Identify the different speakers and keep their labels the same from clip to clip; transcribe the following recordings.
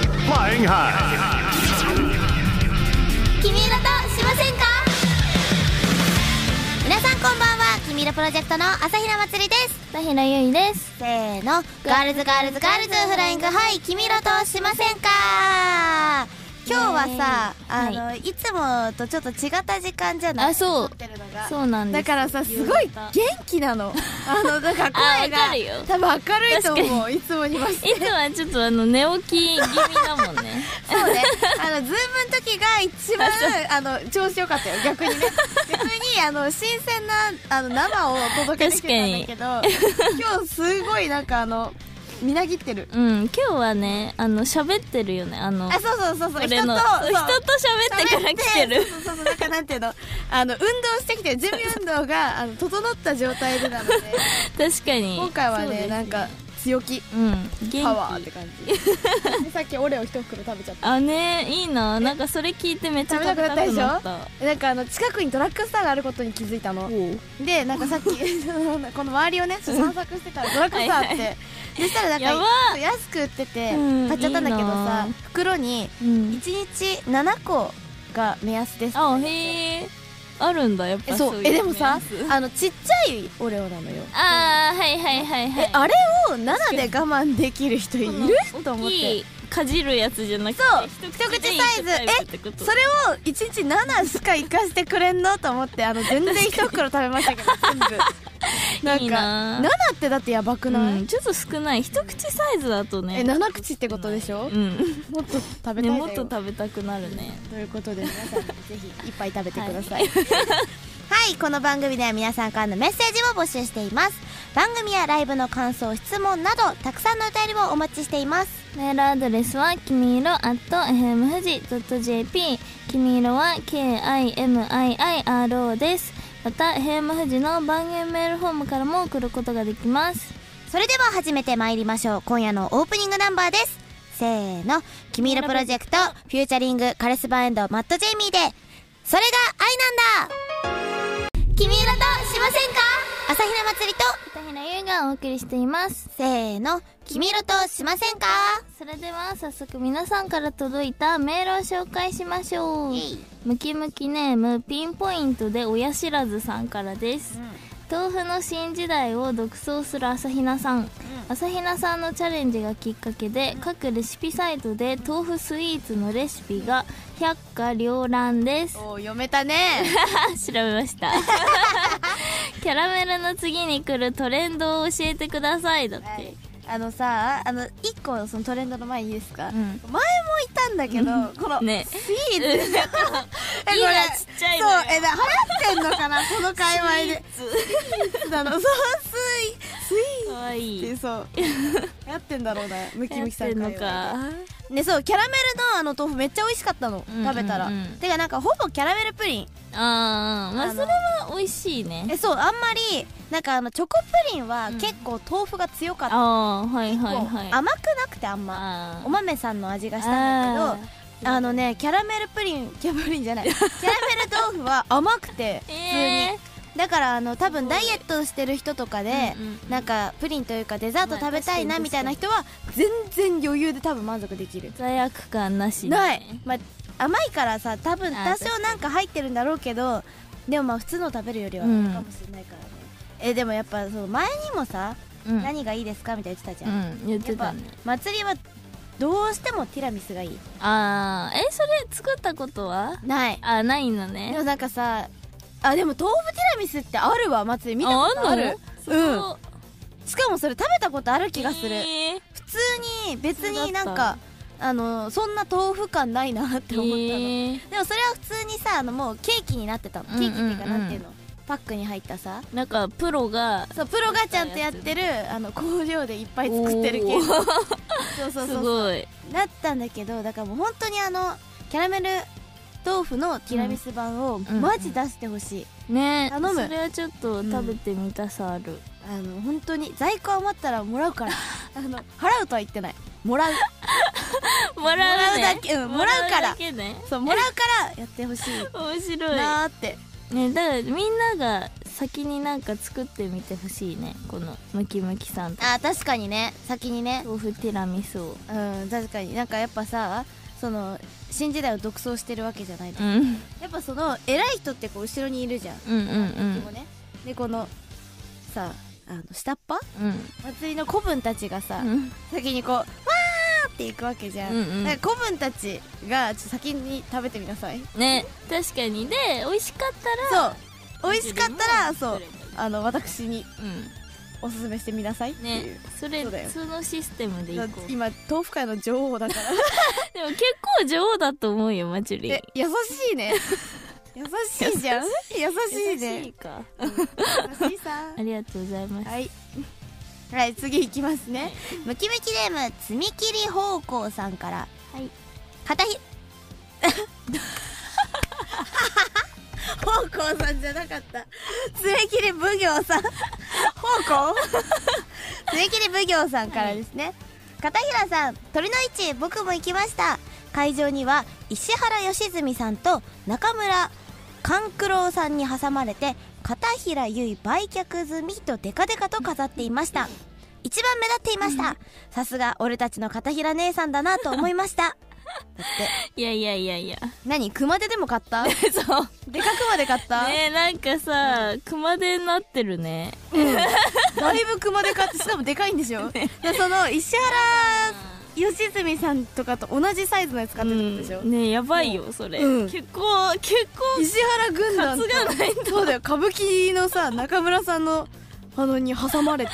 Speaker 1: 支配
Speaker 2: 君色としませんか皆さんこんばんは君色プロジェクトの朝比奈まつりです
Speaker 3: 田平ゆいです
Speaker 2: せーのガールズガールズガールズフライングハイ君色としませんか今日はさあ
Speaker 3: イエーイ
Speaker 2: の、い、つもとちょっと違った時間じゃない
Speaker 3: あそう
Speaker 2: 撮ってるのが
Speaker 3: そうなんで
Speaker 4: だ
Speaker 3: す
Speaker 4: からさすごい元気なのあのなん か声が
Speaker 3: あわかるよ
Speaker 4: 多分明るいと思ういつもにまし
Speaker 3: いつもはちょっとあの寝起き気味だもん ね
Speaker 4: そうねあのズームの時が一番あ の調子良かったよ逆にね逆にあの新鮮なあの生をお届けできてたんだけど今日すごいなんかあのみなぎってる
Speaker 3: うん今日はねあの喋ってるよねあの
Speaker 4: あそうそうそうそう人と
Speaker 3: 俺の
Speaker 4: そう
Speaker 3: 人と喋ってから来てる
Speaker 4: そうそうそうなんかなんていうのあの運動してきてる準備運動があの整った状態でな ので
Speaker 3: 確かに
Speaker 4: 今回は
Speaker 3: そう
Speaker 4: ね
Speaker 3: です
Speaker 4: なんか強気
Speaker 3: うん
Speaker 4: パワー
Speaker 3: 元
Speaker 4: って
Speaker 3: 気
Speaker 4: 感じでさっきオレオ一袋食べちゃった
Speaker 3: あねいいななんかそれ聞いてめっちゃ
Speaker 4: 食べ
Speaker 3: 食
Speaker 4: た
Speaker 3: べ
Speaker 4: く
Speaker 3: た
Speaker 4: な
Speaker 3: く
Speaker 4: っ
Speaker 3: な
Speaker 4: た
Speaker 3: っ
Speaker 4: でしたょなんかあの近くにドラッグストアがあることに気づいたのでなんかさっき この周りをねちょっと散策してたらドラッグストアあって
Speaker 3: はいは
Speaker 4: でしたらなんか
Speaker 3: やば
Speaker 4: そう安く売ってて
Speaker 3: うん
Speaker 4: 買っちゃったんだけどさ
Speaker 3: いいな
Speaker 4: 袋に
Speaker 3: うん
Speaker 4: 1日7個が目安です
Speaker 3: あへえあるんだやっ
Speaker 4: え
Speaker 3: ぱ
Speaker 4: そう
Speaker 3: い
Speaker 4: えでもさ
Speaker 3: やつ
Speaker 4: あのちっちゃいオレオなのよ
Speaker 3: あーはいはいはいはい
Speaker 4: あれを7で我慢できる人いると思っ
Speaker 3: 大き
Speaker 4: て
Speaker 3: いかじるやつじゃなくて
Speaker 4: そう
Speaker 3: で
Speaker 4: 一口サイズ
Speaker 3: いいタイプってこと
Speaker 4: それを1日7しか生かしてくれんのと思ってあの全然一袋食べましたけど全部な んか
Speaker 3: いいな
Speaker 4: 7ってだってやばくない、
Speaker 3: うん、ちょっと少ない一口サイズだとね
Speaker 4: え7口ってことでしょ、
Speaker 3: うん
Speaker 4: もっと食べたいだ
Speaker 3: ね
Speaker 4: よ、
Speaker 3: もっと食べたくなるね
Speaker 4: ということで皆さんぜひ一杯食べてください、
Speaker 2: はい、この番組では皆さんからのメッセージを募集しています。番組やライブの感想、質問など、たくさんのお便りをお待ちしています。
Speaker 3: メールアドレスはきみいろ at fmfuji.jp きみいろは KIMIIRO ですまた fmfuji の番組メールフォームからも送ることができます
Speaker 2: それでは始めてまいりましょう。今夜のオープニングナンバーです。せーの、君色プロジェクト、フューチャリング、カレスバエンド、マットジェイミーで、それが愛なんだ君色としませんか朝比奈祭りと、
Speaker 3: 片平優がお送りしています
Speaker 2: せーの、君色としませんか
Speaker 3: それでは早速皆さんから届いたメールを紹介しましょう
Speaker 2: イエイ
Speaker 3: ムキムキネームピンポイントで親知らずさんからです、豆腐の新時代を独走する朝比奈さん、朝比奈さんのチャレンジがきっかけで、各レシピサイトで豆腐スイーツのレシピが百花繚乱です
Speaker 4: おー読めたね
Speaker 3: 調べました キャラメルの次に来るトレンドを教えてくださいだって、
Speaker 4: あのさあの1個そのトレンドの前いいですか、
Speaker 3: うん
Speaker 4: 前もいたんだけど、この
Speaker 3: ね
Speaker 4: スイーツ
Speaker 3: い
Speaker 4: え
Speaker 3: い
Speaker 4: こ
Speaker 3: な
Speaker 4: れ
Speaker 3: ちっちゃい
Speaker 4: そ
Speaker 3: の
Speaker 4: う
Speaker 3: よ
Speaker 4: えな流行ってんのかなこの界隈で なのそうスイ
Speaker 3: かわい
Speaker 4: スイー
Speaker 3: い
Speaker 4: ツそう流行ってんだろうなムキ
Speaker 3: や
Speaker 4: ム
Speaker 3: っ
Speaker 4: キさ
Speaker 3: て
Speaker 4: ん
Speaker 3: ん
Speaker 4: か
Speaker 3: の
Speaker 4: ら
Speaker 3: か
Speaker 4: ねそうキャラメルのあの豆腐めっちゃ美味しかったの、
Speaker 3: うん
Speaker 4: 食べたら、
Speaker 3: うんうん
Speaker 4: てかなんかほぼキャラメルプリン
Speaker 3: あーまあ
Speaker 4: あの
Speaker 3: それは美味しいね
Speaker 4: えそうあんまりなんかあのチョコプリンは結構豆腐が強かった、
Speaker 3: ああはいはい
Speaker 4: もう
Speaker 3: はい
Speaker 4: 甘くなくてあんま
Speaker 3: あ
Speaker 4: お豆さんの味がしたんだけど
Speaker 3: あー
Speaker 4: あのねキャラメルプリンキャラメルプリンじゃないキャラメル豆腐は甘くて普通に、
Speaker 3: え
Speaker 4: だからあの多分ダイエットしてる人とかで、
Speaker 3: うんうんうん
Speaker 4: なんかプリンというかデザート食べたい
Speaker 3: まあ確か
Speaker 4: な
Speaker 3: に
Speaker 4: みたいな人は全然余裕で多分満足できる
Speaker 3: 罪悪感なしで
Speaker 4: ない、まあ、甘いからさ多分
Speaker 3: あ
Speaker 4: 多少なんか入ってるんだろうけどでもまあ普通の食べるよりは
Speaker 3: うん
Speaker 4: かもしれないからね、えでもやっぱその前にもさ、
Speaker 3: うん
Speaker 4: 何がいいですかみたいな言ってたじ
Speaker 3: う
Speaker 4: ゃん、
Speaker 3: ん言っ
Speaker 4: や
Speaker 3: て
Speaker 4: ったぱ
Speaker 3: ね
Speaker 4: 祭りはどうしてもティラミスがいい
Speaker 3: ああえそれ作ったことは
Speaker 4: ない
Speaker 3: あないの
Speaker 4: で
Speaker 3: ね
Speaker 4: もなんかさあでも豆腐ティラミスってあるわ祭り見たことあ
Speaker 3: あん
Speaker 4: る
Speaker 3: の
Speaker 4: うんしかもそれ食べたことある気がする、
Speaker 3: えー
Speaker 4: 普通に別になん
Speaker 3: 普通だ
Speaker 4: かあのそんな豆腐感ないなって思ったの、
Speaker 3: えー
Speaker 4: でもそれは普通にさあのもうケーキになってたのケ
Speaker 3: うんうんうん
Speaker 4: ーキっていうかなんていうの、パックに入ったさ
Speaker 3: なんかプロが
Speaker 4: そうプロがちゃんとやってるあの工場でいっぱい作ってるケ
Speaker 3: お
Speaker 4: ーキ
Speaker 3: ー
Speaker 4: そうそう
Speaker 3: す
Speaker 4: そう
Speaker 3: ごい
Speaker 4: だったんだけどだからもう本当にあのキャラメル豆腐のティラミス版を
Speaker 3: ん
Speaker 4: マジ出してほしい、
Speaker 3: ね
Speaker 4: 頼む
Speaker 3: それはちょっと食べてみたさある
Speaker 4: あの本当に在庫余ったらもらう からあの払うとは言ってないもらう
Speaker 3: もらうね
Speaker 4: もらうだけうんもらうから
Speaker 3: もだけね
Speaker 4: そうもらうからやってほ しい
Speaker 3: 面白い
Speaker 4: なーって
Speaker 3: ねだからみんなが先になんか作ってみてほしいねこのムキムキさんと
Speaker 4: あー確かにね先にね
Speaker 3: 豆腐ティラミスを
Speaker 4: うん確かになんかやっぱさそその新時代を独走してるわけじゃないです
Speaker 3: う
Speaker 4: か、
Speaker 3: んうん
Speaker 4: やっぱその偉い人ってこう後ろにいるじゃん、
Speaker 3: うんうん
Speaker 4: でもねでこのさあの下っ端
Speaker 3: うん
Speaker 4: 祭りの子分たちがさ、
Speaker 3: うん
Speaker 4: 先にこうわーっていくわけじゃん、
Speaker 3: うんうん
Speaker 4: だから子分たちがちょっと先に食べてみなさい
Speaker 3: ね確かにで美味しかったら
Speaker 4: そう美味しかったらそうあの私に
Speaker 3: う
Speaker 4: おすすめしてみなさいって
Speaker 3: ん
Speaker 4: い
Speaker 3: ね
Speaker 4: う、
Speaker 3: それ
Speaker 4: そうだよ
Speaker 3: そのシステムでいこ
Speaker 4: だ
Speaker 3: う
Speaker 4: から今豆腐界の女王だから
Speaker 3: でも結構女王だと思うよマチュリン
Speaker 4: え優し いね優しいじゃん優しい
Speaker 3: 優
Speaker 4: ね
Speaker 3: しいか
Speaker 4: 優しいさ
Speaker 3: ありがとうございます
Speaker 4: はいはい次いきますね
Speaker 2: ムキムキネーム積み切り方向さんから
Speaker 3: はい
Speaker 2: 片ひ
Speaker 4: 方向さんじゃなかった爪切り奉行さん方向
Speaker 2: 爪切り奉行さんからですね、片平さん鳥の市僕も行きました会場には石原良純さんと中村勘九郎さんに挟まれて片平結衣売却済みとデカデカと飾っていました一番目立っていましたさすが俺たちの片平姉さんだなと思いましただって
Speaker 3: いやいやいやいや
Speaker 4: 何熊手でも買ったで
Speaker 3: そう
Speaker 4: か熊で買った、
Speaker 3: ねなんかさ熊手になってるね
Speaker 4: だいぶ熊手買ってしかもでかいんでしょ、でその石原良純さんとかと同じサイズのやつ買ってたんでしょ、
Speaker 3: うんねやばいよそれ
Speaker 4: うん
Speaker 3: 結構結構
Speaker 4: 石原軍団と
Speaker 3: 担がない
Speaker 4: そうだよ歌舞伎のさ中村さんのあのに挟ま れて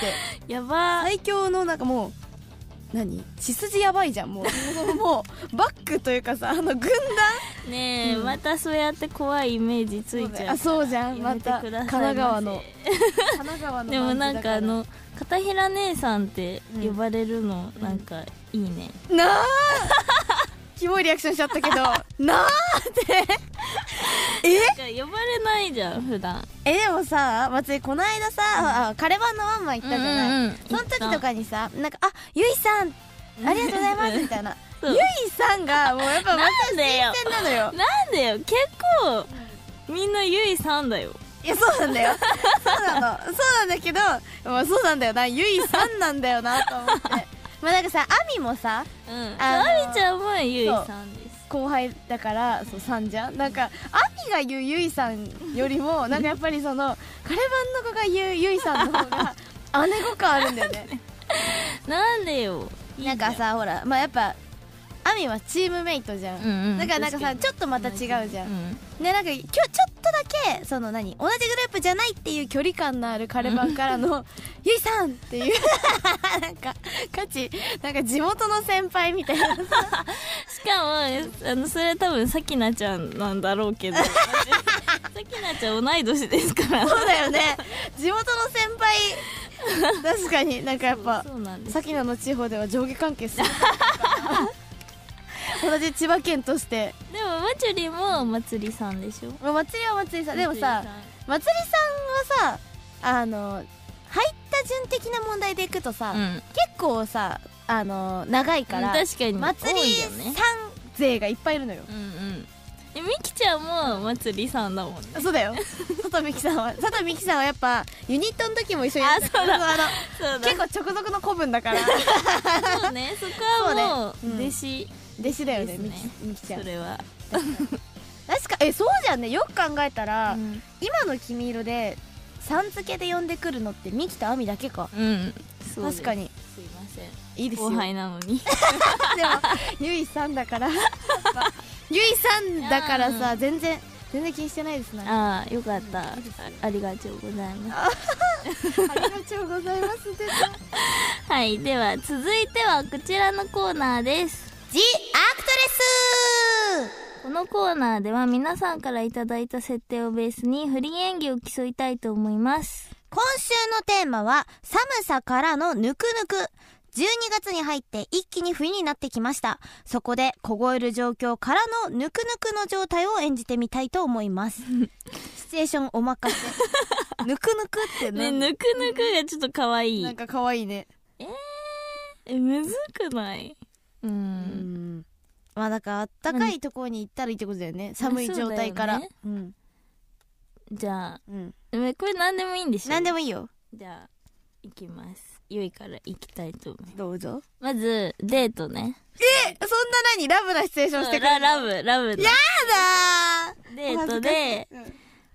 Speaker 3: やば
Speaker 4: 最強のなんかもう何血筋やばいじゃんもうそもそももうバックというかさあの軍団
Speaker 3: ねえまたそうやって怖いイメージついちゃ
Speaker 4: あ
Speaker 3: う
Speaker 4: そうじゃん
Speaker 3: や
Speaker 4: ま
Speaker 3: めて
Speaker 4: た
Speaker 3: く
Speaker 4: 神
Speaker 3: ださい
Speaker 4: 奈川の
Speaker 3: マジ
Speaker 4: 神奈川の
Speaker 3: でもなんかあ
Speaker 4: マ
Speaker 3: の片平姉さんって
Speaker 4: うん
Speaker 3: 呼ばれるのなんかいいね、
Speaker 4: ジだからなあキモいリアクションしちゃったけど なあ
Speaker 3: なんか呼ばれないじゃん普段
Speaker 4: えでもさ松井この間さあカレバンのワンマン行ったじゃ
Speaker 3: うんうんう
Speaker 4: なんいその時とかにさなんか「あゆいさんありがとうございます」みた いな
Speaker 3: そ
Speaker 4: ゆ
Speaker 3: う
Speaker 4: いさんがもうやっぱ松
Speaker 3: なんでよ
Speaker 4: 井なのよ
Speaker 3: なんだよ結構みんなゆいさんだよ
Speaker 4: いやそうなんだよそうなのそうなんだけど、まあ、そうなんだよなゆいさんなんだよなと 思ってまあなんかさあみもさ
Speaker 3: うん
Speaker 4: あの
Speaker 3: あみちゃんもゆいさんです
Speaker 4: 後輩だからそうさんじゃんなんかあみが言うゆいさんよ りもなんかやっぱりそのカレバンの子が言うゆいさんの方 が姉子感あるんだよね
Speaker 3: なんでよいいじゃ
Speaker 4: なんかさほらまあやっぱあみはチームメイトじゃん、
Speaker 3: うんうん
Speaker 4: だからなんかさ
Speaker 3: 確かに
Speaker 4: ちょっとまた違うじゃん、
Speaker 3: うん
Speaker 4: ねなんか今日ちょっとだけその何同じグループじゃないっていう距離感のあるカレバンからの 「ゆいさん!」っていう なんか価値なんか地元の先輩みたいなさ
Speaker 3: しかもあのそれは多分さきなちゃんなんだろうけ どさきなちゃん同い年ですから
Speaker 4: そうだよね地元の先輩確かになんかやっぱ
Speaker 3: そうなんです
Speaker 4: さきなの地方では上下関係する同じ千葉県として
Speaker 3: でもまちゅりもまつりさんでしょ
Speaker 4: まあ祭りは祭りさんでもさ祭りさんはさあの入った順的な問題でいくとさ、
Speaker 3: うん
Speaker 4: 結構さあの長いから、
Speaker 3: うん確かに多
Speaker 4: 祭り
Speaker 3: いよ
Speaker 4: さん
Speaker 3: ね
Speaker 4: 勢がいっぱいいるのよ、
Speaker 3: うんうんでみきちゃんもまつりさんだもんね
Speaker 4: そうだよ佐藤美希さんは佐藤美希さんはやっぱユニットの時も一緒にやってたから
Speaker 3: あそう
Speaker 4: そう
Speaker 3: そう
Speaker 4: あの結構直属の子分だから
Speaker 3: そう ねそこは
Speaker 4: そう
Speaker 3: も
Speaker 4: ね
Speaker 3: う
Speaker 4: うん
Speaker 3: 弟子
Speaker 4: 弟子だよね
Speaker 3: ですね
Speaker 4: 美希美希ちゃん
Speaker 3: それは
Speaker 4: 確かえそうじゃんねよく考えたら、
Speaker 3: うん
Speaker 4: 今の黄色でさん付けで呼んでくるのって美希と亜美だけか
Speaker 3: うんそうです
Speaker 4: 確かに
Speaker 3: すいません
Speaker 4: いいですよ
Speaker 3: 後輩なのに
Speaker 4: でもゆいさんだから やっぱゆいさんだからさ全然全然気にしてないですなあ
Speaker 3: ああよかったあありがとうございます
Speaker 4: りがとうござ います出た
Speaker 3: はいでは続いてはこちらのコーナーです
Speaker 2: ジ・アクトレス
Speaker 3: このコーナーでは皆さんからいただいた設定をベースにフリー演技を競いたいと思います
Speaker 2: 今週のテーマは寒さからのぬくぬく12月に入って一気に冬になってきましたそこで凍える状況からのぬくぬくの状態を演じてみたいと思います シチュエーションお任せ
Speaker 4: ぬくぬくって
Speaker 3: ね
Speaker 4: なんだ
Speaker 3: ぬくぬくがちょっと可愛い
Speaker 4: なんか可愛いね
Speaker 3: えむずくないうん
Speaker 4: んまあだからあったかいところに行ったらいいってことだよね寒い状態から
Speaker 3: そう
Speaker 4: うん
Speaker 3: じゃあ
Speaker 4: うん
Speaker 3: えこれ何でもいいんでしょ
Speaker 4: 何でもいいよ
Speaker 3: じゃあいきますゆいからいきたいと思います
Speaker 4: どうぞ
Speaker 3: まずデートね
Speaker 4: えそんな何ラブなシチュエーションしてくれ
Speaker 3: ラ
Speaker 4: るの
Speaker 3: ラブラブの
Speaker 4: や
Speaker 3: デ
Speaker 4: だ
Speaker 3: ートで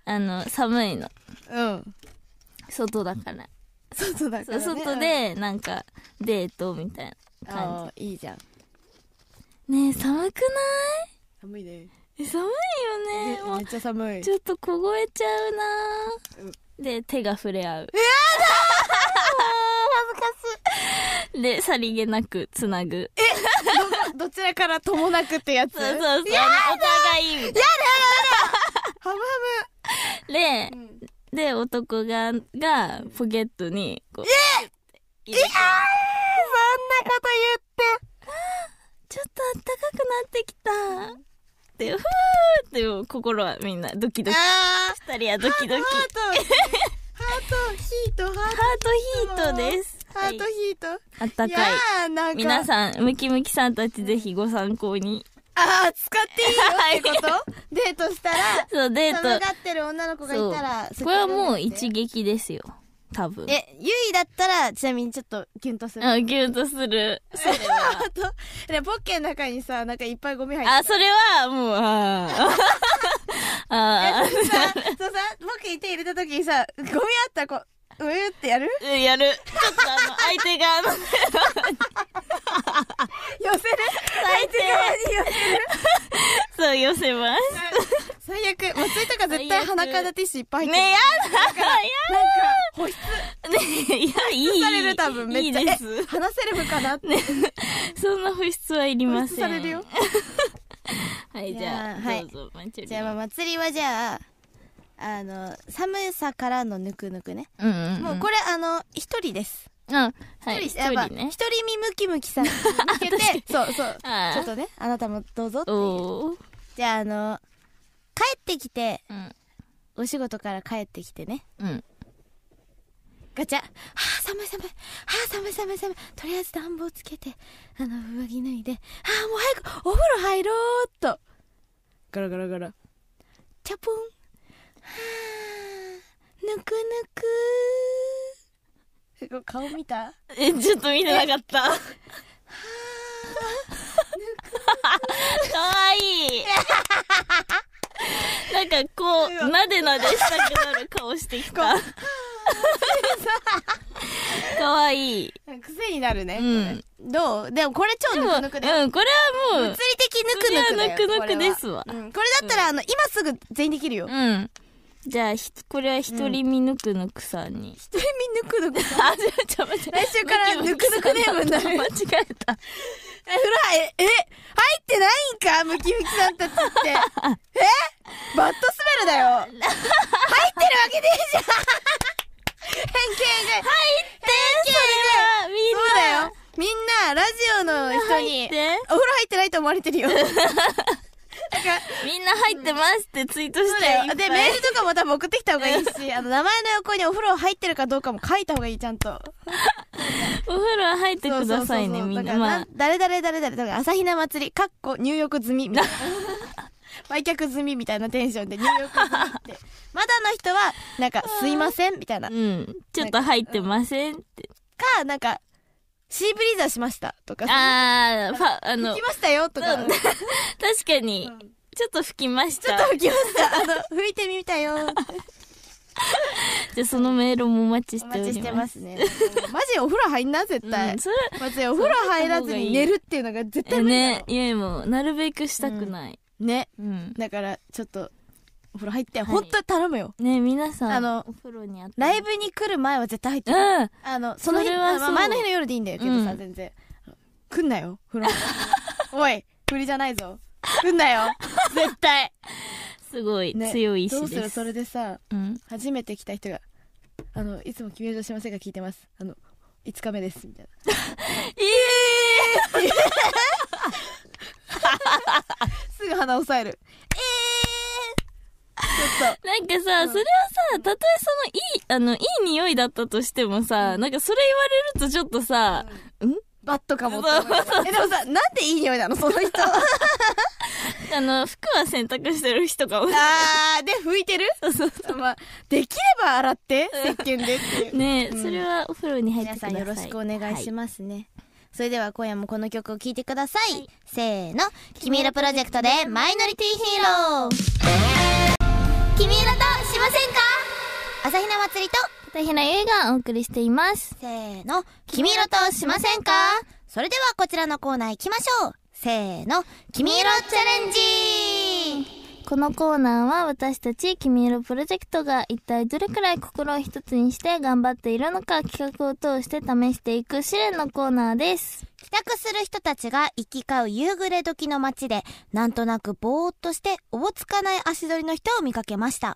Speaker 3: あの寒いの
Speaker 4: うんうん
Speaker 3: 外だから
Speaker 4: 外だか
Speaker 3: そ
Speaker 4: ら、
Speaker 3: う
Speaker 4: ね、
Speaker 3: 外でなんかデートみたいな感
Speaker 4: あーいいじゃん
Speaker 3: じねえ寒くない
Speaker 4: 寒いね
Speaker 3: え寒いよね
Speaker 4: め
Speaker 3: も
Speaker 4: め
Speaker 3: う
Speaker 4: っちゃ寒い
Speaker 3: ちょっと凍えちゃうなで手が触れ合うやだ恥ずかしい でさりげなくつなぐ
Speaker 4: どどちらからともなくってやつ
Speaker 3: そうそうそ
Speaker 4: ハ
Speaker 3: うあのお互いみたい
Speaker 4: ムハム
Speaker 3: なで
Speaker 4: ん
Speaker 3: で男ががポケットにこうえ
Speaker 4: いやーそんなこと言って
Speaker 3: ちょっとあったかくなってきたでふーってもう心はみんなドキドキ
Speaker 4: あ
Speaker 3: 二人はドキドキハ
Speaker 4: ハートハートヒートハー
Speaker 3: ートヒー
Speaker 4: ト
Speaker 3: トです
Speaker 4: ハート
Speaker 3: はい
Speaker 4: ヒート
Speaker 3: あった
Speaker 4: い
Speaker 3: かい
Speaker 4: やーなんか
Speaker 3: 皆さんムキムキさんたちぜひご参考に
Speaker 4: ああ使っていいよって ことデートしたら
Speaker 3: そうデー
Speaker 4: 寒
Speaker 3: ト
Speaker 4: がってる女の子がい
Speaker 3: そう
Speaker 4: たら
Speaker 3: これはもう一撃ですよ多分
Speaker 4: えゆいだったらちなみにちょっとキュンとする
Speaker 3: あギュンとするそれは
Speaker 4: あとでポッケの中にさなんかいっぱいゴミ入って
Speaker 3: あそれはもうあ ーあ
Speaker 4: るさそうさポッケに手入れた時にさゴミあったらこううーってやる
Speaker 3: ーやるちょっとあの相手があの
Speaker 4: 寄せる相手側に寄せる
Speaker 3: そう寄せます
Speaker 4: 最悪松井とか絶対鼻からティッシュいっぱい入ってる
Speaker 3: ねやだ
Speaker 4: なんか保湿
Speaker 3: ねいやいい
Speaker 4: される多分めっちゃ
Speaker 3: いいです
Speaker 4: え鼻セレブかなって
Speaker 3: そんな保湿はいりま
Speaker 4: 保
Speaker 3: せ
Speaker 4: 湿
Speaker 3: ん
Speaker 4: されるよ
Speaker 3: はい
Speaker 4: い
Speaker 3: じゃ
Speaker 4: や
Speaker 3: あ、
Speaker 4: ーはい
Speaker 3: どうぞマンチョリ
Speaker 4: じゃあまあ祭りはじゃああの寒さからのぬくぬくね、
Speaker 3: うんうんうん
Speaker 4: もうこれあの一人です
Speaker 3: うんはい一
Speaker 4: 一人やっぱ
Speaker 3: 人
Speaker 4: 一人
Speaker 3: ね
Speaker 4: 見ムキムキさんに向けて そうそう
Speaker 3: あー
Speaker 4: ちょっとねあなたもどうぞっていう
Speaker 3: おー
Speaker 4: じゃああの帰ってきて
Speaker 3: うん
Speaker 4: お仕事から帰ってきてね
Speaker 3: うん
Speaker 4: ガチャはあ寒い寒いはあ寒い寒い寒いとりあえず暖房つけてあの上着脱いでああもう早くお風呂入ろうっとガラガラガラチャポンはあぬくぬく顔見た
Speaker 3: えちょっと見てなかったかわ いいなんかこうなでなでしたくなる顔してきた かわ いい
Speaker 4: 癖になるね、
Speaker 3: うん
Speaker 4: どうでもこれ超
Speaker 3: で
Speaker 4: ぬ
Speaker 3: もうんこ
Speaker 4: くぬく
Speaker 3: れ
Speaker 4: だよ
Speaker 3: はも
Speaker 4: 物
Speaker 3: う
Speaker 4: 理的ぬくぬくだよ
Speaker 3: そりゃぬくぬく
Speaker 4: これは
Speaker 3: ですわ
Speaker 4: うんこれだったら、あの今すぐ全員できるよ、
Speaker 3: うん。じゃあ、ひこれは一人見ぬくぬくさんに。
Speaker 4: 全員ぬくぬく
Speaker 3: あ、じゃあ、ちょ、待って。
Speaker 4: 来週からぬくぬくネームにな
Speaker 3: 間
Speaker 4: る
Speaker 3: 違えた。
Speaker 4: え、フラえ、え、入ってないんかムキムキさんた ちって。えバッドスベルだよ。入ってるわけねえじゃん偏見が。
Speaker 3: で、それは、みん
Speaker 4: そうだよ。みんな、ラジオの人
Speaker 3: 入っ
Speaker 4: に、
Speaker 3: て
Speaker 4: お風呂入ってないと思われてる よ。なん
Speaker 3: な。
Speaker 4: か、
Speaker 3: みんな入ってますってツイート
Speaker 4: そう
Speaker 3: して
Speaker 4: だ
Speaker 3: いっぱ
Speaker 4: よ。
Speaker 3: い
Speaker 4: で、メールとかも多分送ってきた方がいいし、あの、名前の横にお風呂入ってるかどうかも書いた方がいい、ちゃんと。
Speaker 3: お風呂入ってくださいね、
Speaker 4: そうそうそうそう
Speaker 3: みんな。
Speaker 4: だから
Speaker 3: まあ
Speaker 4: ん、誰誰誰誰だから朝比奈祭り、かっこ入浴済みみた いな。売却済みみたいなテンションで入浴 済みって。まだの人は、なんか、すいませんみたいな
Speaker 3: う。ん。ちょっと入ってませんって。
Speaker 4: か、なんか、シーブリーザーしましたとか、行
Speaker 3: あー、ファ、あの
Speaker 4: き、ましたよとか、
Speaker 3: うん
Speaker 4: ちょ
Speaker 3: 確かに、ちょっと吹きまし。
Speaker 4: ったと行きました。 あの、吹いてみ たよって
Speaker 3: じゃあ、そのメールもお待ち
Speaker 4: お
Speaker 3: しており
Speaker 4: 待
Speaker 3: ます。
Speaker 4: ちしてますね。マジお風呂入んな、絶
Speaker 3: う
Speaker 4: 対
Speaker 3: ん、。それ、
Speaker 4: マジお風呂入らずに寝るっていうのが絶対無理だ
Speaker 3: ね
Speaker 4: ろ、
Speaker 3: いや、もう、なるべくしたくない。
Speaker 4: ね。
Speaker 3: うん。
Speaker 4: だから、ちょっと、お風呂入って、
Speaker 3: い
Speaker 4: ほんと頼むよ。
Speaker 3: ね皆さん、
Speaker 4: あの
Speaker 3: お風呂にあった
Speaker 4: ライブに来る前は絶対入ってる。
Speaker 3: うん。
Speaker 4: あの、その日、
Speaker 3: それはそう
Speaker 4: まあ前の日の夜でいいんだよけどさ、
Speaker 3: うん
Speaker 4: 全然。来んなよ、風 呂。おい、振りじゃないぞ。来んなよ。
Speaker 3: 絶対。すごい、
Speaker 4: ね
Speaker 3: 強い意
Speaker 4: ど
Speaker 3: 志
Speaker 4: うす
Speaker 3: で
Speaker 4: る
Speaker 3: す。
Speaker 4: それでさ、
Speaker 3: うん。
Speaker 4: 初めて来た人が、あの、いつも君は女しませんが聞いてます。あの、5日目です、みたいな。すぐ鼻押さえる。えーちょっと。
Speaker 3: なんかさ、それはさ、たとえそのいい、あの、いい匂いだったとしてもさ、なんかそれ言われるとちょっとさ、うん、
Speaker 4: バットかもって思うえ、でもさ、なんでいい匂いなのそ の人。
Speaker 3: あの、服は洗濯してる人かも。
Speaker 4: あー、で、拭いてる
Speaker 3: そうそう
Speaker 4: まあ、できれば洗って、石鹸でっていう。
Speaker 3: ね
Speaker 4: うん
Speaker 3: それはお風呂に入って
Speaker 4: 皆
Speaker 3: く
Speaker 4: さ
Speaker 3: ださい。
Speaker 4: んよろしくお願いし
Speaker 3: ま
Speaker 4: ますね、それでは今夜もこの曲を聴いてください、せーの「君色プロジェクト」で「マイノリティヒーロー」君色としませんか朝比奈祭りと
Speaker 3: 片平優がお送りしています
Speaker 4: せーの「君色としませんか?」それではこちらのコーナー行きましょうせーの「君色チャレンジ」
Speaker 3: このコーナーは私たち君色プロジェクトが一体どれくらい心を一つにして頑張っているのか企画を通して試していく試練のコーナーです。
Speaker 4: 帰宅する人たちが行き交う夕暮れ時の街で、なんとなくぼーっとしておぼつかない足取りの人を見かけました。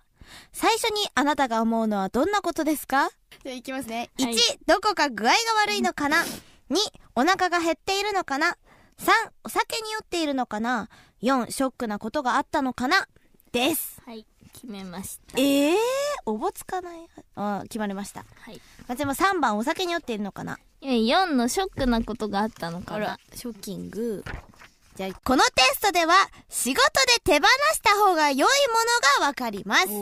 Speaker 4: 最初にあなたが思うのはどんなことですか
Speaker 5: じゃあいきますね。
Speaker 4: 1、
Speaker 3: はい
Speaker 4: どこか具合が悪いのかな ?2、お腹が減っているのかな ?3、お酒に酔っているのかな ?4、ショックなことがあったのかなです。
Speaker 3: はい、決めました。
Speaker 4: ええー、おぼつかない。あ、決まりました。
Speaker 3: はい。
Speaker 4: 私も3番、お酒に酔っているのかな
Speaker 3: 4のショックなことがあったのか
Speaker 4: あ
Speaker 3: な
Speaker 4: ら。、ショッキング。じゃあ、このテストでは、仕事で手放した方が良いものがわかりま
Speaker 3: お
Speaker 4: す。
Speaker 3: ー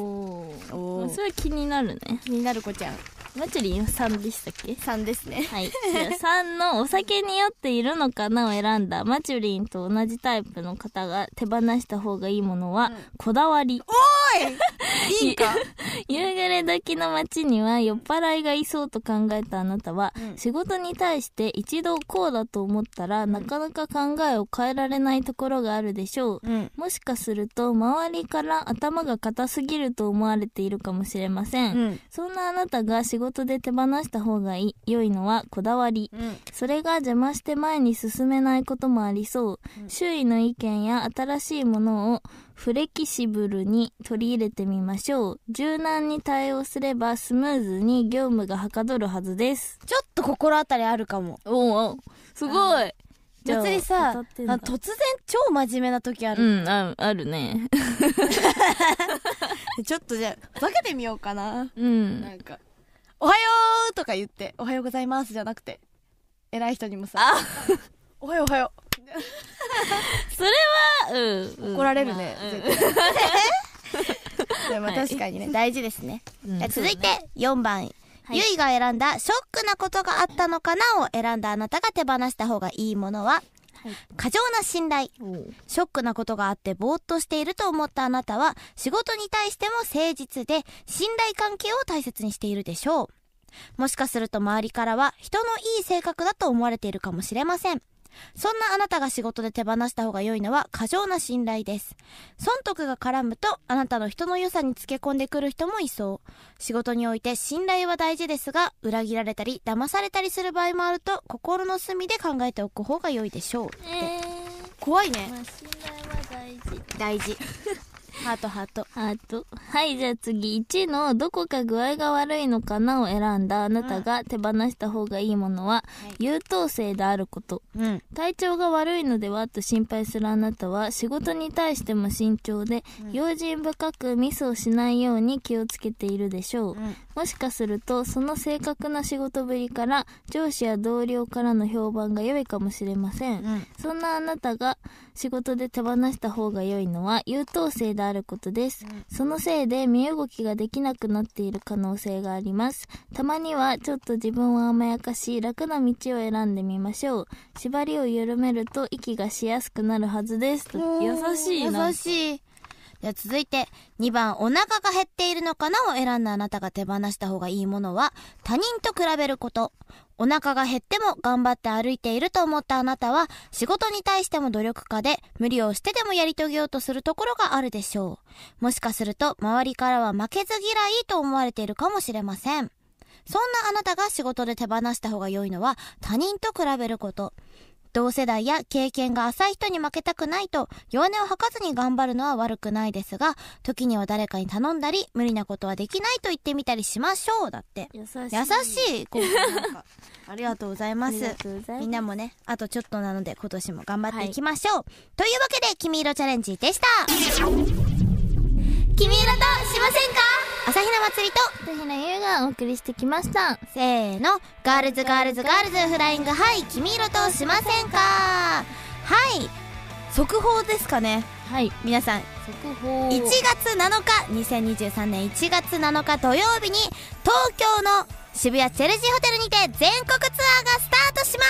Speaker 5: おー
Speaker 3: それは気になるね。
Speaker 5: 気になる子ちゃん。
Speaker 3: まちりん3でしたっけ
Speaker 5: さんですね。
Speaker 3: はい。じゃあ3のお酒に酔っているのかなを選んだマチュリンと同じタイプの方が手放した方がいいものはこだわり。
Speaker 5: いいんか
Speaker 3: 夕暮れ時の街には酔っ払いがいそうと考えたあなたは、
Speaker 5: うん
Speaker 3: 仕事に対して一度こうだと思ったら、なかなか考えを変えられないところがあるでしょう。
Speaker 4: うん。
Speaker 3: もしかすると周りから頭が硬すぎると思われているかもしれません、
Speaker 4: うん
Speaker 3: そんなあなたが仕事で手放した方がいい良いのはこだわり、
Speaker 5: うん。
Speaker 3: それが邪魔して前に進めないこともありそう、周囲の意見や新しいものをフレキシブルに取り入れてみましょう柔軟に対応すればスムーズに業務がはかどるはずです
Speaker 4: ちょっと心当たりあるかも。
Speaker 3: おおすごい
Speaker 4: 別にさ、あの
Speaker 3: う
Speaker 4: 突然超真面目な時ある。
Speaker 3: んああるね
Speaker 5: ちょっとじゃあ、分けてみようかな。
Speaker 3: うん
Speaker 5: なんか、おはようとか言って、おはようございますじゃなくて、偉い人にもさ、 おはようおはよ
Speaker 3: それは、うん。
Speaker 5: う。怒られるね、絶対。でも
Speaker 3: はい
Speaker 5: 確かにね。
Speaker 4: 大事ですね。
Speaker 3: うん
Speaker 4: じゃあ続いて、4番。
Speaker 3: い
Speaker 4: ゆいが選んだショックなことがあったのかなを選んだあなたが手放した方がいいものは、過剰な信頼。ショックなことがあってぼーっとしていると思ったあなたは仕事に対しても誠実で信頼関係を大切にしているでしょう。もしかすると周りからは人のいい性格だと思われているかもしれません。そんなあなたが仕事で手放した方が良いのは過剰な信頼です。損得が絡むとあなたの人の良さにつけ込んでくる人もいそう。仕事において信頼は大事ですが、裏切られたり騙されたりする場合もあると心の隅で考えておく方が良いでしょう。
Speaker 3: え
Speaker 4: 怖い
Speaker 3: ー、
Speaker 4: ね。
Speaker 3: まあ、信頼は大事。
Speaker 4: 大事。 ハートハート。
Speaker 3: あと、はい、じゃあ次、1の、どこか具合が悪いのかなを選んだあなたが手放した方がいいものは、優等生であること。
Speaker 4: うん。
Speaker 3: 体調が悪いのではと心配するあなたは仕事に対しても慎重で、用心深くミスをしないように気をつけているでしょう、
Speaker 4: ん
Speaker 3: もしかするとその正確な仕事ぶりから上司や同僚からの評判が良いかもしれません、
Speaker 4: うん
Speaker 3: そんなあなたが仕事で手放した方が良いのは優等生であることです、そのせいで身動きができなくなっている可能性がありますたまにはちょっと自分を甘やかし楽な道を選んでみましょう縛りを緩めると息がしやすくなるはずですと優しいな
Speaker 4: 優しい。じゃあ続いて、2番、お腹が減っているのかなを選んだあなたが手放した方がいいものは、他人と比べること。お腹が減っても頑張って歩いていると思ったあなたは、仕事に対しても努力家で、無理をしてでもやり遂げようとするところがあるでしょう。もしかすると、周りからは負けず嫌いと思われているかもしれません。そんなあなたが仕事で手放した方が良いのは、他人と比べること。同世代や経験が浅い人に負けたくないと弱音を吐かずに頑張るのは悪くないですが時には誰かに頼んだり無理なことはできないと言ってみたりしましょうだって
Speaker 3: 優しい
Speaker 4: 優しいこうなんかありがとうございま
Speaker 3: あ
Speaker 4: す
Speaker 3: りがとうございます
Speaker 4: みんなもねあとちょっとなので今年も頑張っていきましょう、というわけで「君色チャレンジ」でした「君色としませんか?」朝比奈祭りと
Speaker 3: 片平優がお送りしてきました
Speaker 4: せーのガールズガールズガールズフライングハイ君色としませんかはい速報ですかね
Speaker 3: はい
Speaker 4: 皆さん
Speaker 3: 速報
Speaker 4: 1月7日2023年1月7日土曜日に東京の渋谷チェルシーホテルにて全国ツアーがスタートしま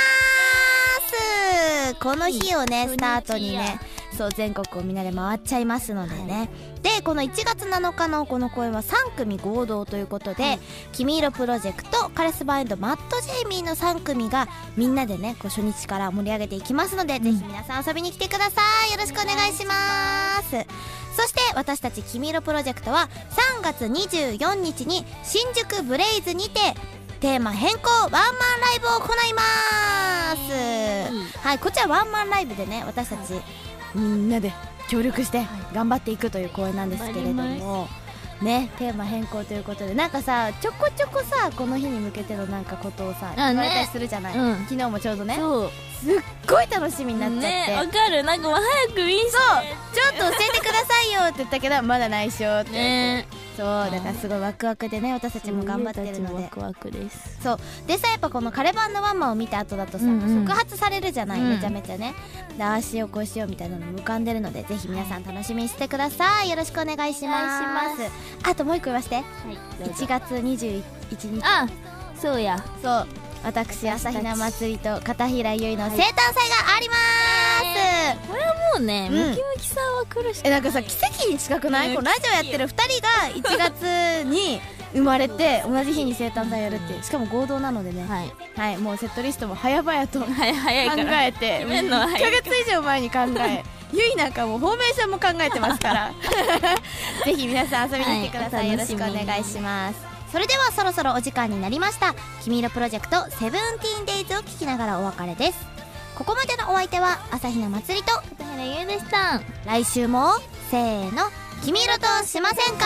Speaker 4: す
Speaker 2: この日をね
Speaker 3: うん
Speaker 2: スタート
Speaker 3: 土
Speaker 2: に
Speaker 3: 日
Speaker 2: ね
Speaker 3: や
Speaker 2: そう全国をみんなで回っちゃいますのでね、でこの1月7日のこの公演は3組合同ということで、君色プロジェクトカレスバンドマットジェイミーの3組がみんなでねこう初日から盛り上げていきますので、ぜひ皆さん遊びに来てくださいよろしくお願いしますそして私たち君色プロジェクトは3月24日に新宿ブレイズにてテーマ変更ワンマンライブを行います、はいこちらワンマンライブでね私たちみんなで協力して頑張っていくという公演なんですけれど
Speaker 3: 頑張り
Speaker 2: もねテーマ変更ということでなんかさちょこちょこさこの日に向けてのなんかことをさ言わ
Speaker 3: あね
Speaker 2: れたりするじゃない、
Speaker 3: うん
Speaker 2: 昨日もちょうどね
Speaker 3: そう
Speaker 2: すっごい楽しみになっちゃって、
Speaker 3: ねわかるなんかもう早く見せ
Speaker 2: ちょっと教えてくださいよって言ったけどまだ内緒って、
Speaker 3: ね
Speaker 2: そうだからすごいワクワクでね私たちも頑張ってるの
Speaker 3: ワ
Speaker 2: で
Speaker 3: クワクです
Speaker 2: そうでさやっぱこのカレバンのワンマンを見た後だとさ、
Speaker 3: うんうん
Speaker 2: 触発されるじゃない、
Speaker 3: うん
Speaker 2: めちゃめちゃねでああしようこうしようみたいなのも浮かんでるのでぜひ皆さん楽しみにしてくださいよろしくお願いします
Speaker 3: お願いし
Speaker 2: あともう一個言わせて
Speaker 3: はい
Speaker 2: 1月21日
Speaker 3: あそうや
Speaker 2: そう私朝比奈祭りと片平結衣の生誕祭があります、
Speaker 3: これはもうね、
Speaker 2: うん
Speaker 3: ムキムキさんは来るしか
Speaker 2: え
Speaker 3: な
Speaker 2: ないんかさ奇跡に近くない、
Speaker 3: ね
Speaker 2: このラジオやってる2人が1月に 生まれて同じ日に生誕祭やるっていうしかも合同なのでね
Speaker 3: はい
Speaker 2: はい、もうセットリストも早々と考
Speaker 3: はい早いから
Speaker 2: えて
Speaker 3: 決めんのは
Speaker 2: 1
Speaker 3: 早い
Speaker 2: ヶ月以上前に考 えゆいなんかもうフォーメーションも考えてますから ぜひ皆さん遊びに来てください、
Speaker 3: はい
Speaker 2: よろしくお
Speaker 3: お楽しみに
Speaker 2: 願いしますそれではそろそろお時間になりました「君色プロジェクトセブンティーンデイズを聞きながらお別れですここまでのお相手は朝比奈まつりと
Speaker 3: 片平優でした
Speaker 2: 来週もせーの「君色としませんか?」